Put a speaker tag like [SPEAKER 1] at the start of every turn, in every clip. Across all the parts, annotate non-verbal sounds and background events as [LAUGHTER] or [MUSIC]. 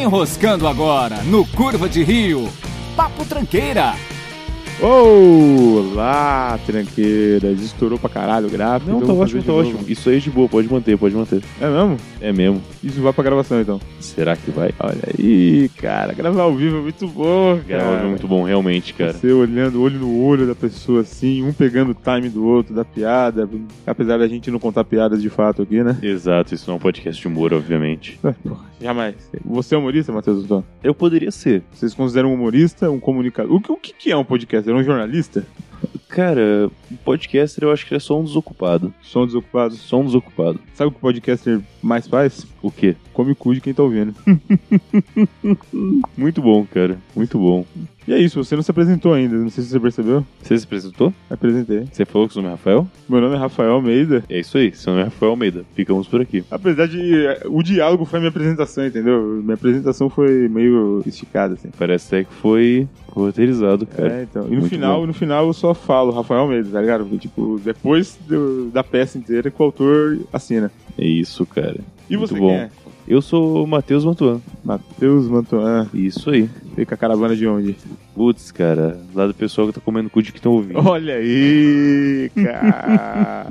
[SPEAKER 1] Enroscando agora no Curva de Rio. Papo Tranqueira.
[SPEAKER 2] Olá, tranqueiras. Estourou pra caralho, gráfico.
[SPEAKER 3] Não,
[SPEAKER 2] então
[SPEAKER 3] tá
[SPEAKER 2] vou fazer
[SPEAKER 3] ótimo, tá
[SPEAKER 2] de novo.
[SPEAKER 3] ótimo.
[SPEAKER 2] Isso aí é de boa, pode manter, pode manter.
[SPEAKER 3] É mesmo?
[SPEAKER 2] É mesmo.
[SPEAKER 3] Isso vai pra gravação então.
[SPEAKER 2] Será que vai? Olha aí, cara.
[SPEAKER 3] Gravar ao vivo é muito bom, cara.
[SPEAKER 2] Gravou é muito bom, realmente, cara.
[SPEAKER 3] Você olhando olho no olho da pessoa assim, um pegando o time do outro, da piada. Apesar da gente não contar piadas de fato aqui, né?
[SPEAKER 2] Exato, isso não é um podcast de humor, obviamente.
[SPEAKER 3] Jamais. Você é humorista, Matheus Antônio?
[SPEAKER 2] Eu poderia ser.
[SPEAKER 3] Vocês consideram um humorista, um comunicador? O que, o que que é um podcaster? É um jornalista?
[SPEAKER 2] Cara, um podcaster eu acho que ele é só um desocupado.
[SPEAKER 3] Som desocupado?
[SPEAKER 2] Só um desocupado.
[SPEAKER 3] Sabe o que o podcaster mais faz?
[SPEAKER 2] O quê?
[SPEAKER 3] Come o cu de quem tá ouvindo.
[SPEAKER 2] Muito bom, cara. Muito bom.
[SPEAKER 3] E é isso, você não se apresentou ainda, não sei se você percebeu.
[SPEAKER 2] Você se apresentou?
[SPEAKER 3] Apresentei.
[SPEAKER 2] Você falou que seu nome é Rafael?
[SPEAKER 3] Meu nome é Rafael Almeida.
[SPEAKER 2] É isso aí, seu nome é Rafael Almeida. Ficamos por aqui.
[SPEAKER 3] Apesar de eh, o diálogo foi minha apresentação, entendeu? Minha apresentação foi meio esticada, assim.
[SPEAKER 2] Parece até que foi roteirizado, cara.
[SPEAKER 3] É, então. E no
[SPEAKER 2] Muito
[SPEAKER 3] final,
[SPEAKER 2] bom.
[SPEAKER 3] no final eu só falo Rafael Almeida, tá ligado? Porque, Tipo, depois do- da peça inteira que o autor assina.
[SPEAKER 2] É isso, cara.
[SPEAKER 3] E
[SPEAKER 2] Muito
[SPEAKER 3] você
[SPEAKER 2] bom.
[SPEAKER 3] quem é?
[SPEAKER 2] Eu sou o Matheus Mantuan.
[SPEAKER 3] Matheus Mantuan.
[SPEAKER 2] Isso aí.
[SPEAKER 3] Fica a caravana de onde?
[SPEAKER 2] Putz, cara, lá do pessoal que tá comendo cu de que estão ouvindo.
[SPEAKER 3] Olha aí, cara.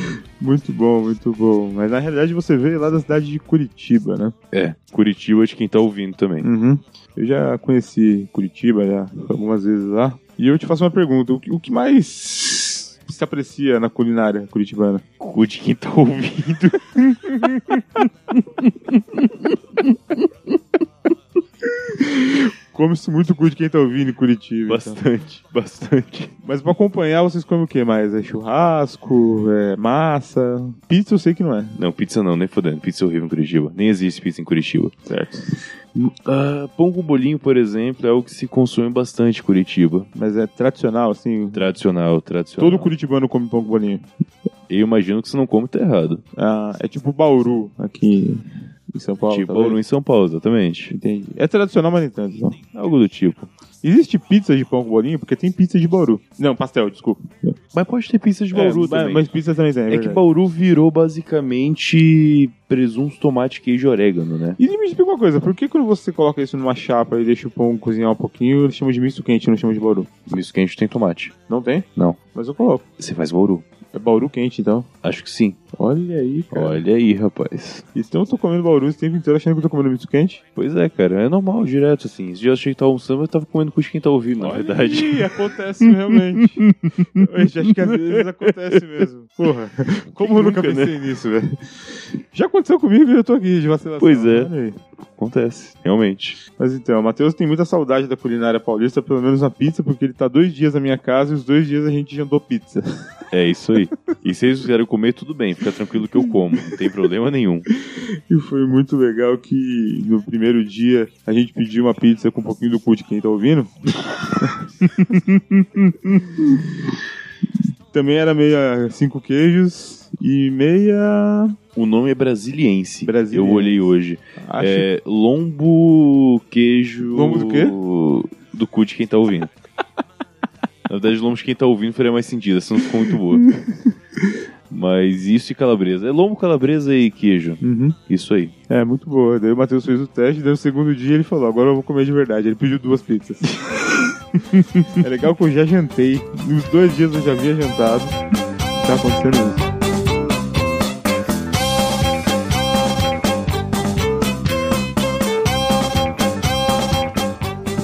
[SPEAKER 3] [LAUGHS] muito bom, muito bom. Mas na realidade você veio lá da cidade de Curitiba, né?
[SPEAKER 2] É, Curitiba de quem tá ouvindo também.
[SPEAKER 3] Uhum. Eu já conheci Curitiba já algumas vezes lá. E eu te faço uma pergunta: o que, o que mais se aprecia na culinária curitibana?
[SPEAKER 2] Cu de quem tá
[SPEAKER 3] [LAUGHS]
[SPEAKER 2] ouvindo.
[SPEAKER 3] Come-se muito cu de quem tá ouvindo em Curitiba. então.
[SPEAKER 2] Bastante, bastante.
[SPEAKER 3] Mas pra acompanhar, vocês comem o que mais? É churrasco? É massa? Pizza eu sei que não é.
[SPEAKER 2] Não, pizza não, nem fodendo. Pizza é horrível em Curitiba. Nem existe pizza em Curitiba.
[SPEAKER 3] Certo.
[SPEAKER 2] Ah, pão com bolinho, por exemplo, é algo que se consome bastante em Curitiba.
[SPEAKER 3] Mas é tradicional, assim.
[SPEAKER 2] Tradicional, tradicional.
[SPEAKER 3] Todo curitibano come pão com bolinho.
[SPEAKER 2] Eu imagino que você não come, tá errado.
[SPEAKER 3] Ah, é tipo Bauru aqui em São Paulo. tá
[SPEAKER 2] tipo,
[SPEAKER 3] talvez.
[SPEAKER 2] Bauru em São Paulo, exatamente.
[SPEAKER 3] Entendi. É tradicional, mas nem tanto. não.
[SPEAKER 2] Algo do tipo.
[SPEAKER 3] Existe pizza de pão com bolinho? Porque tem pizza de Bauru. Não, pastel, desculpa.
[SPEAKER 2] Mas pode ter pizza de Bauru
[SPEAKER 3] É, mas-
[SPEAKER 2] também.
[SPEAKER 3] Mas pizza também tem, é,
[SPEAKER 2] É que
[SPEAKER 3] verdade.
[SPEAKER 2] Bauru virou basicamente presunto, tomate, queijo e orégano, né?
[SPEAKER 3] E me explica uma coisa, por que quando você coloca isso numa chapa e deixa o pão cozinhar um pouquinho, eles chamam de misto quente, não chamam de Bauru?
[SPEAKER 2] Misto quente tem tomate.
[SPEAKER 3] Não tem?
[SPEAKER 2] Não.
[SPEAKER 3] Mas eu coloco.
[SPEAKER 2] Você faz Bauru?
[SPEAKER 3] É Bauru quente, então.
[SPEAKER 2] Acho que sim.
[SPEAKER 3] Olha aí, cara.
[SPEAKER 2] Olha aí, rapaz.
[SPEAKER 3] Então eu tô comendo Bauru esse tempo inteiro achando que eu tô comendo misto quente.
[SPEAKER 2] Pois é, cara. É normal, direto, assim. Esse dia eu achei que tava almoçando, mas eu tava comendo com quem tá ouvindo, na
[SPEAKER 3] Olha
[SPEAKER 2] verdade.
[SPEAKER 3] aí, acontece
[SPEAKER 2] [LAUGHS]
[SPEAKER 3] realmente. Gente, acho que às vezes acontece mesmo. Porra, como eu nunca,
[SPEAKER 2] Nunca, né?
[SPEAKER 3] pensei
[SPEAKER 2] [LAUGHS]
[SPEAKER 3] nisso, velho. Já aconteceu comigo e eu tô aqui de vacilação.
[SPEAKER 2] Pois é.
[SPEAKER 3] olha aí.
[SPEAKER 2] Acontece, realmente.
[SPEAKER 3] Mas então, o Matheus tem muita saudade da culinária paulista, pelo menos na pizza, porque ele tá dois dias na minha casa e os dois dias a gente jantou pizza.
[SPEAKER 2] É isso aí. E se vocês quiserem comer, tudo bem. Fica tranquilo que eu como. Não tem problema nenhum.
[SPEAKER 3] [LAUGHS] E foi muito legal que no primeiro dia a gente pediu uma pizza com um pouquinho do cu de quem tá [LAUGHS] ouvindo. Também era meia cinco queijos e meia.
[SPEAKER 2] O nome é brasiliense.
[SPEAKER 3] Brasiliense.
[SPEAKER 2] Eu olhei hoje.
[SPEAKER 3] Acho
[SPEAKER 2] É lombo queijo.
[SPEAKER 3] Lombo do quê?
[SPEAKER 2] Do cu de quem
[SPEAKER 3] [LAUGHS]
[SPEAKER 2] tá ouvindo. Na verdade, lombo de quem tá ouvindo faria mais sentido, essa não ficou
[SPEAKER 3] [LAUGHS]
[SPEAKER 2] muito boa. Mas isso e calabresa. É lombo, calabresa e queijo.
[SPEAKER 3] Uhum.
[SPEAKER 2] Isso aí.
[SPEAKER 3] É, muito boa. Daí o Matheus fez o teste, daí o segundo dia ele falou: agora eu vou comer de verdade. Ele pediu duas
[SPEAKER 2] [LAUGHS]
[SPEAKER 3] pizzas. é legal que eu já jantei. Nos dois dias eu já havia jantado. Tá acontecendo isso.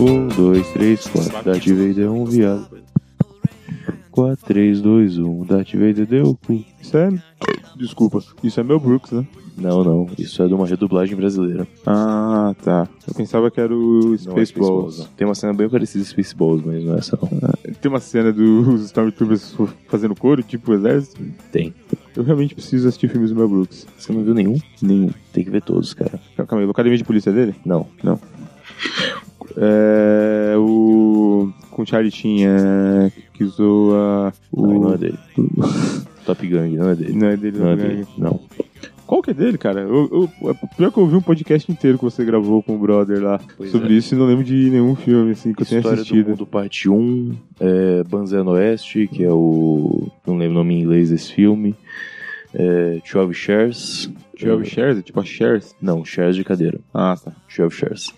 [SPEAKER 2] Um, dois, três, quatro. Darth Vader é um viado. Quatro, três, dois, um. Darth Vader deu o cu.
[SPEAKER 3] Isso é. Desculpa. Isso é meu Brooks, né?
[SPEAKER 2] Não, não. Isso é de uma redublagem brasileira.
[SPEAKER 3] Ah, tá. Eu pensava que era o
[SPEAKER 2] Não é
[SPEAKER 3] Spaceballs.
[SPEAKER 2] Spaceballs, não. Tem uma cena bem parecida com Spaceballs, mas não é essa não.
[SPEAKER 3] Tem uma cena dos Stormtroopers fazendo coro, tipo o exército.
[SPEAKER 2] Tem.
[SPEAKER 3] Eu realmente preciso assistir filmes do Mel Brooks.
[SPEAKER 2] Você não viu nenhum? Nenhum. Tem que ver todos, cara.
[SPEAKER 3] Calma aí, o Academia de Polícia é dele?
[SPEAKER 2] Não.
[SPEAKER 3] É. O. Com o Charlie Sheen, é, que zoa. O...
[SPEAKER 2] Não, não
[SPEAKER 3] [LAUGHS]
[SPEAKER 2] é dele. Top Gang, não é dele.
[SPEAKER 3] Não é dele,
[SPEAKER 2] Não
[SPEAKER 3] não
[SPEAKER 2] é
[SPEAKER 3] é
[SPEAKER 2] dele. Não.
[SPEAKER 3] Qual que é dele, cara? Eu, eu, é pior que eu ouvi um podcast inteiro que você gravou com o brother lá
[SPEAKER 2] Pois é.
[SPEAKER 3] sobre isso e não lembro de nenhum filme assim que eu tenha
[SPEAKER 2] História do
[SPEAKER 3] assistido.
[SPEAKER 2] Mundo Parte 1, é, Banzé no Oeste, que é o. Não lembro o nome em inglês desse filme. é, 12 shares.
[SPEAKER 3] 12 shares? É tipo a shares?
[SPEAKER 2] Não, shares de cadeira.
[SPEAKER 3] Ah, tá.
[SPEAKER 2] 12 shares.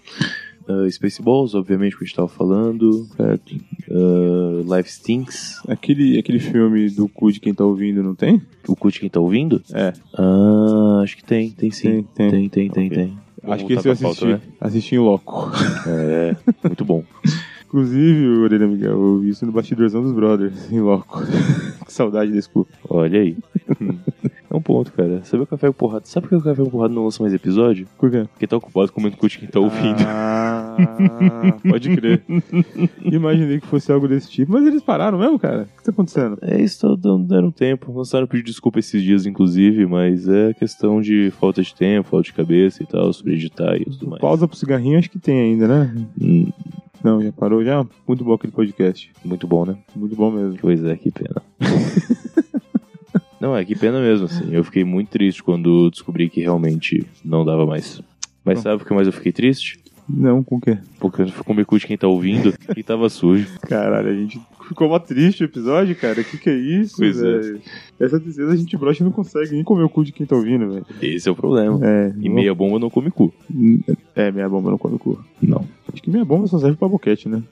[SPEAKER 2] Uh, Spaceballs, obviamente, que a gente tava falando.
[SPEAKER 3] Certo.
[SPEAKER 2] Uh, Life Stinks,
[SPEAKER 3] É, Aquele, aquele filme do cu de quem tá ouvindo, não tem?
[SPEAKER 2] o Curte Quem Tá Ouvindo?
[SPEAKER 3] É.
[SPEAKER 2] Ah, acho que tem, tem sim.
[SPEAKER 3] Tem,
[SPEAKER 2] tem, tem, tem.
[SPEAKER 3] Ok.
[SPEAKER 2] tem.
[SPEAKER 3] Acho
[SPEAKER 2] Vou
[SPEAKER 3] que esse eu
[SPEAKER 2] voltar
[SPEAKER 3] assisti.
[SPEAKER 2] pra pauta,
[SPEAKER 3] Assisti em loco. [LAUGHS]
[SPEAKER 2] né? É, muito bom.
[SPEAKER 3] Inclusive, Orelha Miguel, eu vi isso no Bastidorzão dos Brothers, [LAUGHS] em loco. que saudade desse cu.
[SPEAKER 2] Olha aí. [LAUGHS] É um ponto, cara. Sabe o Café com Porrada? Sabe por que o Café com Porrada não lança mais episódio?
[SPEAKER 3] Por quê?
[SPEAKER 2] Porque tá ocupado comendo curte quem tá ouvindo.
[SPEAKER 3] Ah, [LAUGHS] pode crer. Imaginei que fosse algo desse tipo, mas eles pararam mesmo, cara? O que tá acontecendo?
[SPEAKER 2] [LAUGHS] É isso, tá dando, dando tempo. Lançaram um pedido de desculpa esses dias, inclusive, mas é questão de falta de tempo, falta de cabeça e tal, sobre editar e tudo mais.
[SPEAKER 3] Pausa pro cigarrinho, acho que tem ainda, né?
[SPEAKER 2] Hum,
[SPEAKER 3] Não, já parou já? é Muito bom aquele podcast.
[SPEAKER 2] muito bom, né?
[SPEAKER 3] Muito bom mesmo.
[SPEAKER 2] Pois é, que pena. [LAUGHS] não, é que pena mesmo, assim. Eu fiquei muito triste quando descobri que realmente não dava mais. Mas
[SPEAKER 3] Não.
[SPEAKER 2] sabe por que mais eu fiquei triste?
[SPEAKER 3] Não, com o quê?
[SPEAKER 2] Porque eu não fui comer cu de quem tá ouvindo e tava sujo.
[SPEAKER 3] Caralho, a gente ficou mó triste o episódio, cara. Que que é isso,
[SPEAKER 2] Pois é.
[SPEAKER 3] velho? Essa tristeza a gente brocha e não consegue nem comer o cu de quem tá ouvindo, velho.
[SPEAKER 2] Esse é o problema.
[SPEAKER 3] É,
[SPEAKER 2] E meia bomba não come cu.
[SPEAKER 3] É, minha bomba não come o cu.
[SPEAKER 2] Não.
[SPEAKER 3] Acho que minha bomba só serve pra boquete, né?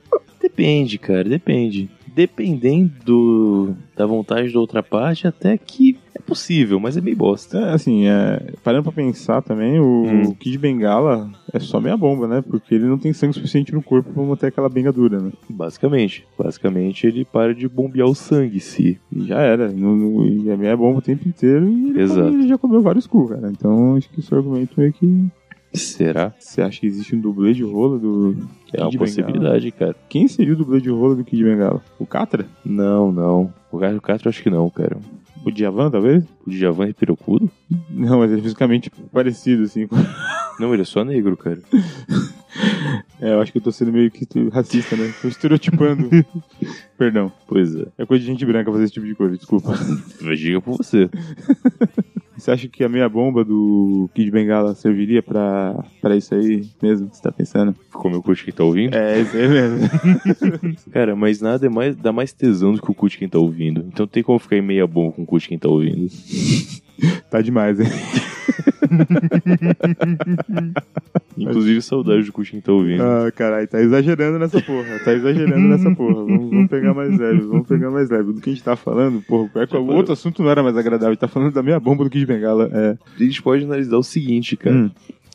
[SPEAKER 2] Depende, cara, depende. Dependendo do- da vontade da outra parte, até que é possível, mas é bem bosta.
[SPEAKER 3] É, assim, é, parando pra pensar também, o
[SPEAKER 2] Hum.
[SPEAKER 3] Kid Bengala é só meia bomba, né? Porque ele não tem sangue suficiente no corpo pra manter aquela bengadura, né?
[SPEAKER 2] Basicamente. Basicamente, ele para de bombear o sangue em si.
[SPEAKER 3] E já era. Não, não, e é meia bomba o tempo inteiro e ele,
[SPEAKER 2] Exato.
[SPEAKER 3] come- ele já comeu vários cu, cara. Então acho que esse argumento é que.
[SPEAKER 2] Será?
[SPEAKER 3] Você acha que existe um dublê de rola do.
[SPEAKER 2] É uma
[SPEAKER 3] Kid Bengala?
[SPEAKER 2] possibilidade, cara.
[SPEAKER 3] Quem seria o dublê de rola do Kid Bengala? O Catra?
[SPEAKER 2] Não, não. O Caio Castro acho que não, cara.
[SPEAKER 3] O Djavan, talvez?
[SPEAKER 2] O Djavan é pirocudo?
[SPEAKER 3] Não, mas ele é fisicamente parecido, assim. [LAUGHS] com-
[SPEAKER 2] Não, ele é só negro, cara.
[SPEAKER 3] É, eu acho que eu tô sendo meio que racista, né? Tô
[SPEAKER 2] [LAUGHS]
[SPEAKER 3] estereotipando. Perdão.
[SPEAKER 2] Pois é.
[SPEAKER 3] É coisa de gente branca fazer esse tipo de coisa, desculpa.
[SPEAKER 2] Mas diga por você.
[SPEAKER 3] Você acha que a meia bomba do Kid Bengala serviria pra, pra isso aí mesmo que você tá pensando?
[SPEAKER 2] Ficou meu curte quem tá ouvindo?
[SPEAKER 3] É, isso aí mesmo.
[SPEAKER 2] Cara, mas nada é mais, dá mais tesão do que o curte quem tá ouvindo. Então tem como ficar em meia bomba com o curte quem tá ouvindo.
[SPEAKER 3] [LAUGHS] tá demais, hein?
[SPEAKER 2] Inclusive, saudade do curte quem tá ouvindo.
[SPEAKER 3] Ah, caralho, tá exagerando nessa porra. Tá exagerando nessa porra. Vamos, vamos pegar mais leve, vamos pegar mais leve. Do que a gente tá falando, porra, pior que é o Tipo, outro assunto não era mais agradável. Tá falando da meia bomba do Kid Bengala. É.
[SPEAKER 2] A gente pode analisar o seguinte, cara.
[SPEAKER 3] Hum.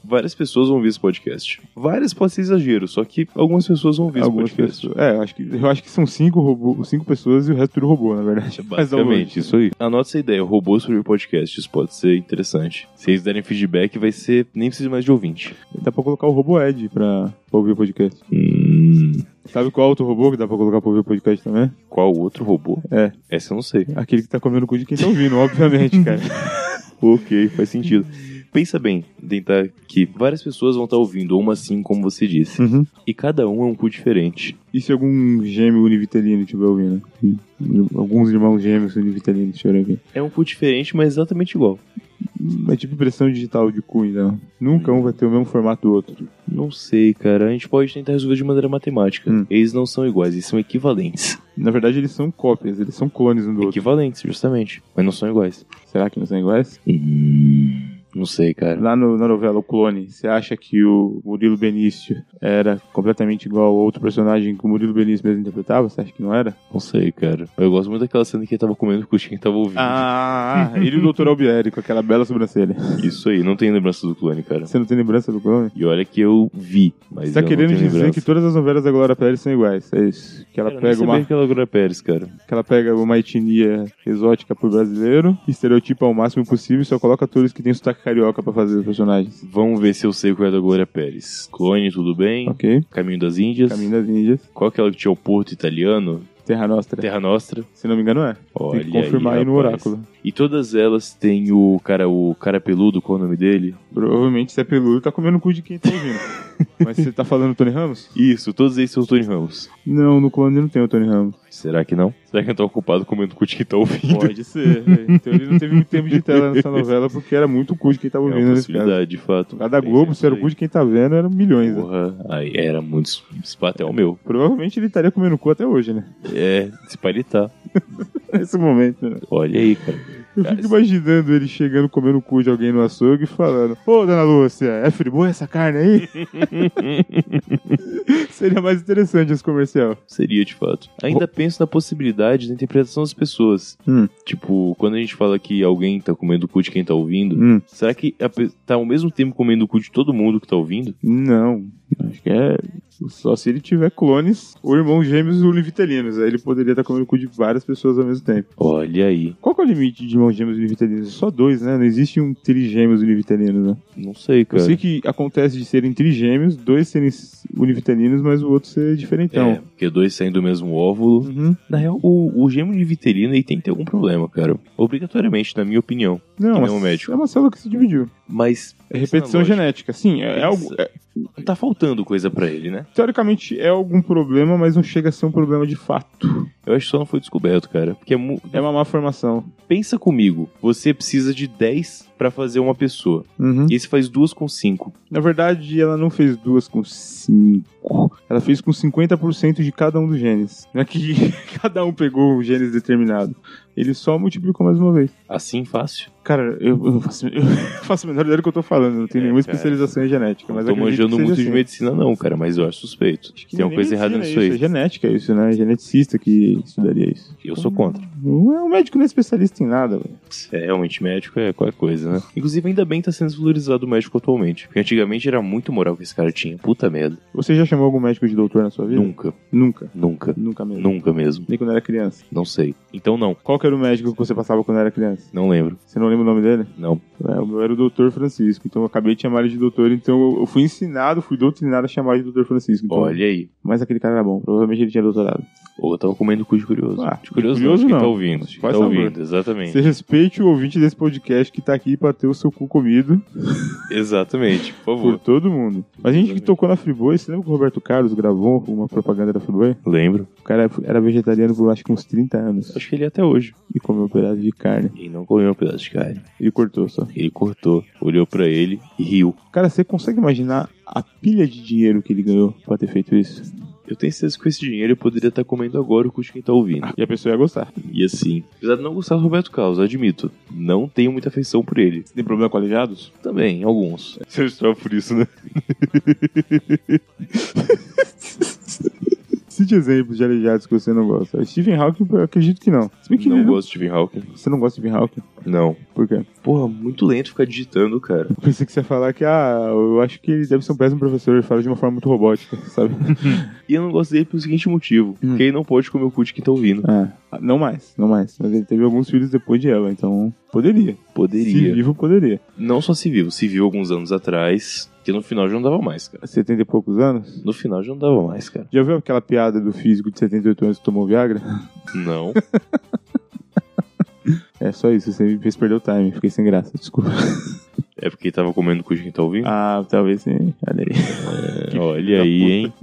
[SPEAKER 2] Várias pessoas vão ouvir esse podcast. Várias pode ser exagero, só que algumas pessoas vão ouvir
[SPEAKER 3] Algumas
[SPEAKER 2] esse [LAUGHS] podcast.
[SPEAKER 3] pessoas. É, eu acho que, eu acho que são cinco, robô, cinco pessoas e o resto tudo robô, na verdade. Mas ao longe.
[SPEAKER 2] É Basicamente, isso aí. Anota essa ideia, é robôs sobre podcasts, pode ser interessante. Se eles derem feedback, vai ser. Nem precisa mais de ouvinte.
[SPEAKER 3] Dá pra colocar o robô Ed pra, pra ouvir o podcast. Sabe qual outro robô que dá pra colocar pra ouvir o podcast também?
[SPEAKER 2] Qual outro robô?
[SPEAKER 3] É.
[SPEAKER 2] Essa eu não sei.
[SPEAKER 3] Aquele que tá comendo o cu de quem tá ouvindo, obviamente, [LAUGHS] cara.
[SPEAKER 2] Ok, faz sentido. [LAUGHS] Pensa bem, tentar que várias pessoas vão estar ouvindo, uma assim, como você disse.
[SPEAKER 3] Uhum.
[SPEAKER 2] E cada um é um cu diferente.
[SPEAKER 3] E se algum gêmeo univitelino estiver ouvindo? Alguns irmãos gêmeos univitelinos estiverem ouvindo.
[SPEAKER 2] É um cu diferente, mas exatamente igual.
[SPEAKER 3] É tipo impressão digital de cu, então. Nunca um vai ter o mesmo formato do outro.
[SPEAKER 2] Não sei, cara. A gente pode tentar resolver de maneira matemática.
[SPEAKER 3] Hum.
[SPEAKER 2] Eles não são iguais, eles são equivalentes.
[SPEAKER 3] Na verdade, eles são cópias, eles são clones um do outro.
[SPEAKER 2] Equivalentes, justamente. Mas não são iguais.
[SPEAKER 3] Será que não são iguais?
[SPEAKER 2] Não sei, cara.
[SPEAKER 3] Lá no- na novela O Clone, você acha que o Murilo Benício era completamente igual ao outro personagem que o Murilo Benício mesmo interpretava? Você acha que não era?
[SPEAKER 2] Não sei, cara. Eu gosto muito daquela cena que ele tava comendo com quem tava ouvindo.
[SPEAKER 3] Ah, ele e o Dr. Albieri com aquela bela sobrancelha.
[SPEAKER 2] Isso aí, não tem lembrança do clone, cara.
[SPEAKER 3] Você não tem lembrança do Clone?
[SPEAKER 2] E olha que eu vi, mas
[SPEAKER 3] Você tá
[SPEAKER 2] eu
[SPEAKER 3] querendo
[SPEAKER 2] não tenho
[SPEAKER 3] dizer
[SPEAKER 2] lembrança.
[SPEAKER 3] que todas as novelas da Glória Pérez são iguais, é isso. Que ela,
[SPEAKER 2] Cara, eu nem
[SPEAKER 3] pega
[SPEAKER 2] sabia
[SPEAKER 3] uma,
[SPEAKER 2] que ela era Glória Pérez, cara.
[SPEAKER 3] que ela pega uma etnia exótica pro brasileiro, estereotipa ao máximo possível e só coloca atores que têm sotaque carioca pra fazer os personagens.
[SPEAKER 2] Vamos ver se eu sei qual é da Glória Pérez. Clone, tudo bem?
[SPEAKER 3] Ok?
[SPEAKER 2] Caminho das Índias.
[SPEAKER 3] Caminho das Índias,
[SPEAKER 2] Qual que é ela que tinha o Porto Italiano?
[SPEAKER 3] Terra Nostra.
[SPEAKER 2] Terra Nostra.
[SPEAKER 3] Se não me engano é.
[SPEAKER 2] Olha
[SPEAKER 3] Tem que confirmar aí, no
[SPEAKER 2] rapaz.
[SPEAKER 3] oráculo.
[SPEAKER 2] E todas elas têm o cara, o cara peludo, qual é o nome dele?
[SPEAKER 3] Provavelmente se é peludo, tá comendo o cu de quem tá ouvindo. [LAUGHS] Mas você tá falando Tony Ramos?
[SPEAKER 2] Isso, todos eles são o Tony Ramos.
[SPEAKER 3] Não, no clone não tem o Tony Ramos.
[SPEAKER 2] Será que não? Será que eu tô ocupado comendo com o que tá ouvindo?
[SPEAKER 3] Pode [LAUGHS] ser. Então ele não teve muito tempo de tela nessa novela porque era muito o cu de quem tava
[SPEAKER 2] [LAUGHS] É
[SPEAKER 3] ouvindo
[SPEAKER 2] uma
[SPEAKER 3] nesse caso.
[SPEAKER 2] possibilidade, de fato.
[SPEAKER 3] Cada
[SPEAKER 2] Tem
[SPEAKER 3] Globo,
[SPEAKER 2] isso
[SPEAKER 3] se era o
[SPEAKER 2] aí.
[SPEAKER 3] cu de quem tá vendo, eram milhões. Né?
[SPEAKER 2] Porra, aí era muito espatel meu.
[SPEAKER 3] Provavelmente ele estaria comendo cu até hoje, né?
[SPEAKER 2] É, se pá ele tá.
[SPEAKER 3] [LAUGHS] Nesse momento, né?
[SPEAKER 2] Olha aí, cara.
[SPEAKER 3] Eu
[SPEAKER 2] Cara,
[SPEAKER 3] fico imaginando ele chegando, comendo o cu de alguém no açougue e falando: Ô, dona Lúcia, é friboi essa carne [LAUGHS] aí? Seria mais interessante esse comercial.
[SPEAKER 2] Seria, de fato. Ainda penso na possibilidade da interpretação das pessoas.
[SPEAKER 3] Hum.
[SPEAKER 2] Tipo, quando a gente fala que alguém tá comendo o cu de quem tá ouvindo,
[SPEAKER 3] Hum,
[SPEAKER 2] será que a pe- tá ao mesmo tempo comendo o cu de todo mundo que tá ouvindo?
[SPEAKER 3] não. Acho que é. Só se ele tiver clones, ou irmãos gêmeos ou univitelinos. Aí ele poderia estar comendo o cu de várias pessoas ao mesmo tempo.
[SPEAKER 2] Olha aí.
[SPEAKER 3] Qual que é o limite de irmãos gêmeos e univitelinos? Só dois, né? Não existe um trigêmeos univitelino, né?
[SPEAKER 2] Não sei,
[SPEAKER 3] Eu
[SPEAKER 2] cara.
[SPEAKER 3] sei que acontece de serem trigêmeos, dois serem univitelinos, mas o outro ser diferentão.
[SPEAKER 2] É, porque dois saem do mesmo óvulo.
[SPEAKER 3] Uhum.
[SPEAKER 2] Na real, o, o gêmeo de vitelina aí tem que ter algum problema, cara. Obrigatoriamente, na minha opinião.
[SPEAKER 3] Não,
[SPEAKER 2] Que nem
[SPEAKER 3] mas
[SPEAKER 2] um médico.
[SPEAKER 3] é uma célula que se dividiu.
[SPEAKER 2] Mas.
[SPEAKER 3] É repetição
[SPEAKER 2] genética.
[SPEAKER 3] genética, sim. É, é algo, é-
[SPEAKER 2] Tá faltando coisa pra ele, né?
[SPEAKER 3] teoricamente é algum problema, mas não chega a ser um problema de fato.
[SPEAKER 2] Eu acho que só não foi descoberto, cara. Porque é mu-
[SPEAKER 3] É uma má formação.
[SPEAKER 2] pensa comigo. Você precisa de 10 pra fazer uma pessoa. E você faz duas com 5.
[SPEAKER 3] Uhum. Na verdade, ela não fez duas com cinco. Ela fez com 50% de cada um dos genes. Não é que [LAUGHS] cada um pegou um gene determinado. Ele só multiplicou mais uma vez.
[SPEAKER 2] Assim fácil.
[SPEAKER 3] Cara, eu, eu não faço, eu [LAUGHS] faço a menor ideia do que eu tô falando. Eu Não tenho
[SPEAKER 2] É,
[SPEAKER 3] nenhuma
[SPEAKER 2] cara.
[SPEAKER 3] especialização em genética. Mas
[SPEAKER 2] não tô
[SPEAKER 3] acredito
[SPEAKER 2] manjando
[SPEAKER 3] que
[SPEAKER 2] muito
[SPEAKER 3] seja
[SPEAKER 2] de
[SPEAKER 3] assim.
[SPEAKER 2] medicina, não, cara. Mas eu acho suspeito.
[SPEAKER 3] Acho que
[SPEAKER 2] Tem uma
[SPEAKER 3] nem
[SPEAKER 2] coisa errada
[SPEAKER 3] medicina
[SPEAKER 2] nisso
[SPEAKER 3] é
[SPEAKER 2] aí.
[SPEAKER 3] isso, É genética isso, né? É geneticista que estudaria isso.
[SPEAKER 2] Eu sou contra.
[SPEAKER 3] Não é um médico não é especialista em nada, velho.
[SPEAKER 2] É, realmente, médico é qualquer coisa, né? Inclusive, ainda bem que tá sendo desvalorizado o médico atualmente. Porque antigamente era muito moral que esse cara tinha. Puta merda.
[SPEAKER 3] Você já chamou algum médico de doutor na sua vida?
[SPEAKER 2] Nunca,
[SPEAKER 3] Nunca.
[SPEAKER 2] nunca,
[SPEAKER 3] Nunca mesmo.
[SPEAKER 2] nunca mesmo.
[SPEAKER 3] Nem quando era criança.
[SPEAKER 2] Não sei. Então, não.
[SPEAKER 3] Qual que era o médico que você passava quando era criança?
[SPEAKER 2] Não lembro.
[SPEAKER 3] Você não lembra o nome dele?
[SPEAKER 2] Não.
[SPEAKER 3] É, o meu era o doutor Francisco, então eu acabei de chamar ele de doutor, então eu- eu fui ensinado, fui doutrinado a chamar de doutor Francisco. Então...
[SPEAKER 2] Olha aí.
[SPEAKER 3] Mas aquele cara era bom, provavelmente ele tinha doutorado.
[SPEAKER 2] Ou eu tava comendo cu de curioso.
[SPEAKER 3] Ah,
[SPEAKER 2] de curioso,
[SPEAKER 3] de curioso
[SPEAKER 2] não, de quem
[SPEAKER 3] não.
[SPEAKER 2] tá ouvindo. De quem
[SPEAKER 3] Faz
[SPEAKER 2] tá
[SPEAKER 3] favor.
[SPEAKER 2] ouvindo, exatamente.
[SPEAKER 3] Você respeite o ouvinte desse podcast que tá aqui pra ter o seu cu comido
[SPEAKER 2] Exatamente, por
[SPEAKER 3] por
[SPEAKER 2] favor.
[SPEAKER 3] todo mundo. Mas a gente que tocou na Friboi, você lembra que o Roberto Carlos gravou uma propaganda da Friboi?
[SPEAKER 2] Lembro.
[SPEAKER 3] O cara era vegetariano por acho que uns 30 anos
[SPEAKER 2] Acho que ele é até hoje.
[SPEAKER 3] e comeu um pedaço de carne
[SPEAKER 2] Ele não comeu um pedaço de carne.
[SPEAKER 3] e cortou só.
[SPEAKER 2] Ele cortou, olhou pra ele e riu.
[SPEAKER 3] Cara, você consegue imaginar a pilha de dinheiro que ele ganhou pra ter feito isso?
[SPEAKER 2] Eu tenho certeza que com esse dinheiro eu poderia estar comendo agora o cu de quem tá ouvindo.
[SPEAKER 3] E a pessoa ia gostar.
[SPEAKER 2] E assim, apesar de não gostar do Roberto Carlos, admito, não tenho muita afeição por ele.
[SPEAKER 3] Você tem problema com aleijados?
[SPEAKER 2] Também, alguns.
[SPEAKER 3] Você sofre por isso, né? Cite exemplos de aleijados que você não gosta. Stephen Hawking, eu acredito que não. Se bem que [LAUGHS]
[SPEAKER 2] Não
[SPEAKER 3] ele-
[SPEAKER 2] gosto de Stephen Hawking.
[SPEAKER 3] Você não gosta de Stephen Hawking?
[SPEAKER 2] Não.
[SPEAKER 3] Por quê?
[SPEAKER 2] Porra, muito lento ficar digitando, cara.
[SPEAKER 3] Eu pensei que você ia falar que, ah, eu acho que ele deve ser um péssimo professor. Ele fala de uma forma muito robótica, [LAUGHS] sabe?
[SPEAKER 2] E eu não gosto dele pelo seguinte motivo:
[SPEAKER 3] Hum.
[SPEAKER 2] porque ele não pode comer o cu de quem tá ouvindo.
[SPEAKER 3] ah, não mais, não mais. Mas ele teve alguns filhos depois de ela, então poderia. Se
[SPEAKER 2] Poderia.
[SPEAKER 3] vivo, poderia.
[SPEAKER 2] Não só se viu, se viu alguns anos atrás, que no final já não dava mais, cara.
[SPEAKER 3] 70 e poucos anos?
[SPEAKER 2] No final já não dava mais, cara.
[SPEAKER 3] Já viu aquela piada do físico de 78 anos que tomou Viagra?
[SPEAKER 2] Não.
[SPEAKER 3] É só isso, você me fez perder o time, fiquei sem graça,
[SPEAKER 2] [LAUGHS]
[SPEAKER 3] desculpa.
[SPEAKER 2] É porque ele tava comendo cu de quem tá ouvindo?
[SPEAKER 3] Ah, talvez sim, olha aí. Ah,
[SPEAKER 2] É, Olha aí, hein?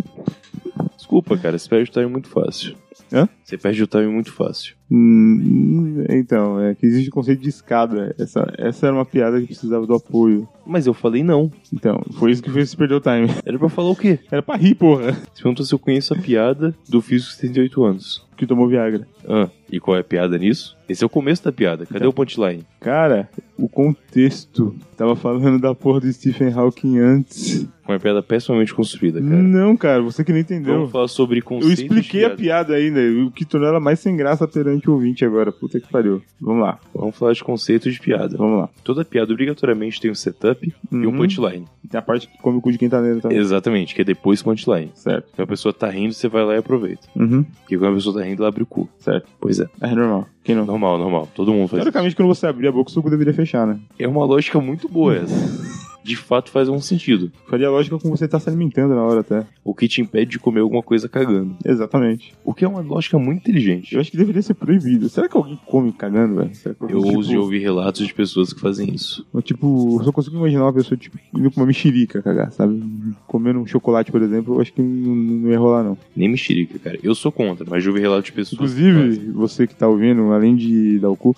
[SPEAKER 2] Desculpa, cara, você perde o time muito fácil.
[SPEAKER 3] Hã?
[SPEAKER 2] Você perde o time muito fácil.
[SPEAKER 3] Hum, então, é que existe o conceito de escada. Essa, essa era uma piada que precisava do apoio.
[SPEAKER 2] Mas eu falei não.
[SPEAKER 3] Então, foi isso que fez você perder o time. [LAUGHS]
[SPEAKER 2] Era pra falar o quê?
[SPEAKER 3] Era pra rir, porra,
[SPEAKER 2] Você perguntou se eu conheço a piada do físico de 78 anos.
[SPEAKER 3] que tomou Viagra.
[SPEAKER 2] Ah, e qual é a piada nisso? Esse é o começo da piada. Cadê
[SPEAKER 3] Então.
[SPEAKER 2] o punchline?
[SPEAKER 3] Cara, o contexto. Tava falando da porra do Stephen Hawking antes.
[SPEAKER 2] Foi uma piada pessimamente construída, cara.
[SPEAKER 3] Não, cara, você que não entendeu.
[SPEAKER 2] Vamos falar sobre
[SPEAKER 3] Eu
[SPEAKER 2] conceitos de
[SPEAKER 3] expliquei a piada
[SPEAKER 2] piada.
[SPEAKER 3] ainda, o que tornou ela mais sem graça perante o ouvinte agora. Puta que pariu. Vamos lá,
[SPEAKER 2] Vamos falar de conceitos de piada.
[SPEAKER 3] vamos lá.
[SPEAKER 2] Toda piada obrigatoriamente tem um setup e um
[SPEAKER 3] Uhum.
[SPEAKER 2] punchline.
[SPEAKER 3] E Tem a parte que come o cu de quem tá nele, tá?
[SPEAKER 2] Exatamente, que é depois do punchline.
[SPEAKER 3] Certo.
[SPEAKER 2] Quando a pessoa tá rindo, você vai lá e aproveita.
[SPEAKER 3] Uhum.
[SPEAKER 2] Porque quando a pessoa tá rindo, ela abre o cu.
[SPEAKER 3] Certo.
[SPEAKER 2] Pois é.
[SPEAKER 3] É normal. Quem não?
[SPEAKER 2] Normal, normal. Todo mundo faz isso.
[SPEAKER 3] Teoricamente, quando você abrir a boca, o suco deveria fechar, né?
[SPEAKER 2] É uma lógica muito boa essa. [LAUGHS] De fato faz um sentido.
[SPEAKER 3] Faria lógica com você tá se alimentando na hora até.
[SPEAKER 2] O que te impede de comer alguma coisa cagando.
[SPEAKER 3] Exatamente.
[SPEAKER 2] O que é uma lógica muito inteligente.
[SPEAKER 3] Eu acho que deveria ser proibido. Será que alguém come cagando, velho? Será que alguém,
[SPEAKER 2] Eu ouso de
[SPEAKER 3] tipo,
[SPEAKER 2] ouvir relatos de pessoas que fazem isso.
[SPEAKER 3] eu, tipo, eu só consigo imaginar uma pessoa, tipo, indo pra uma mexerica cagar, sabe? Comendo um chocolate, por exemplo, eu acho que não, não ia rolar, não.
[SPEAKER 2] Nem mexerica, cara. Eu sou contra, mas já ouvi relatos de pessoas. que fazem.
[SPEAKER 3] Inclusive, você que tá ouvindo, além de dar o cu,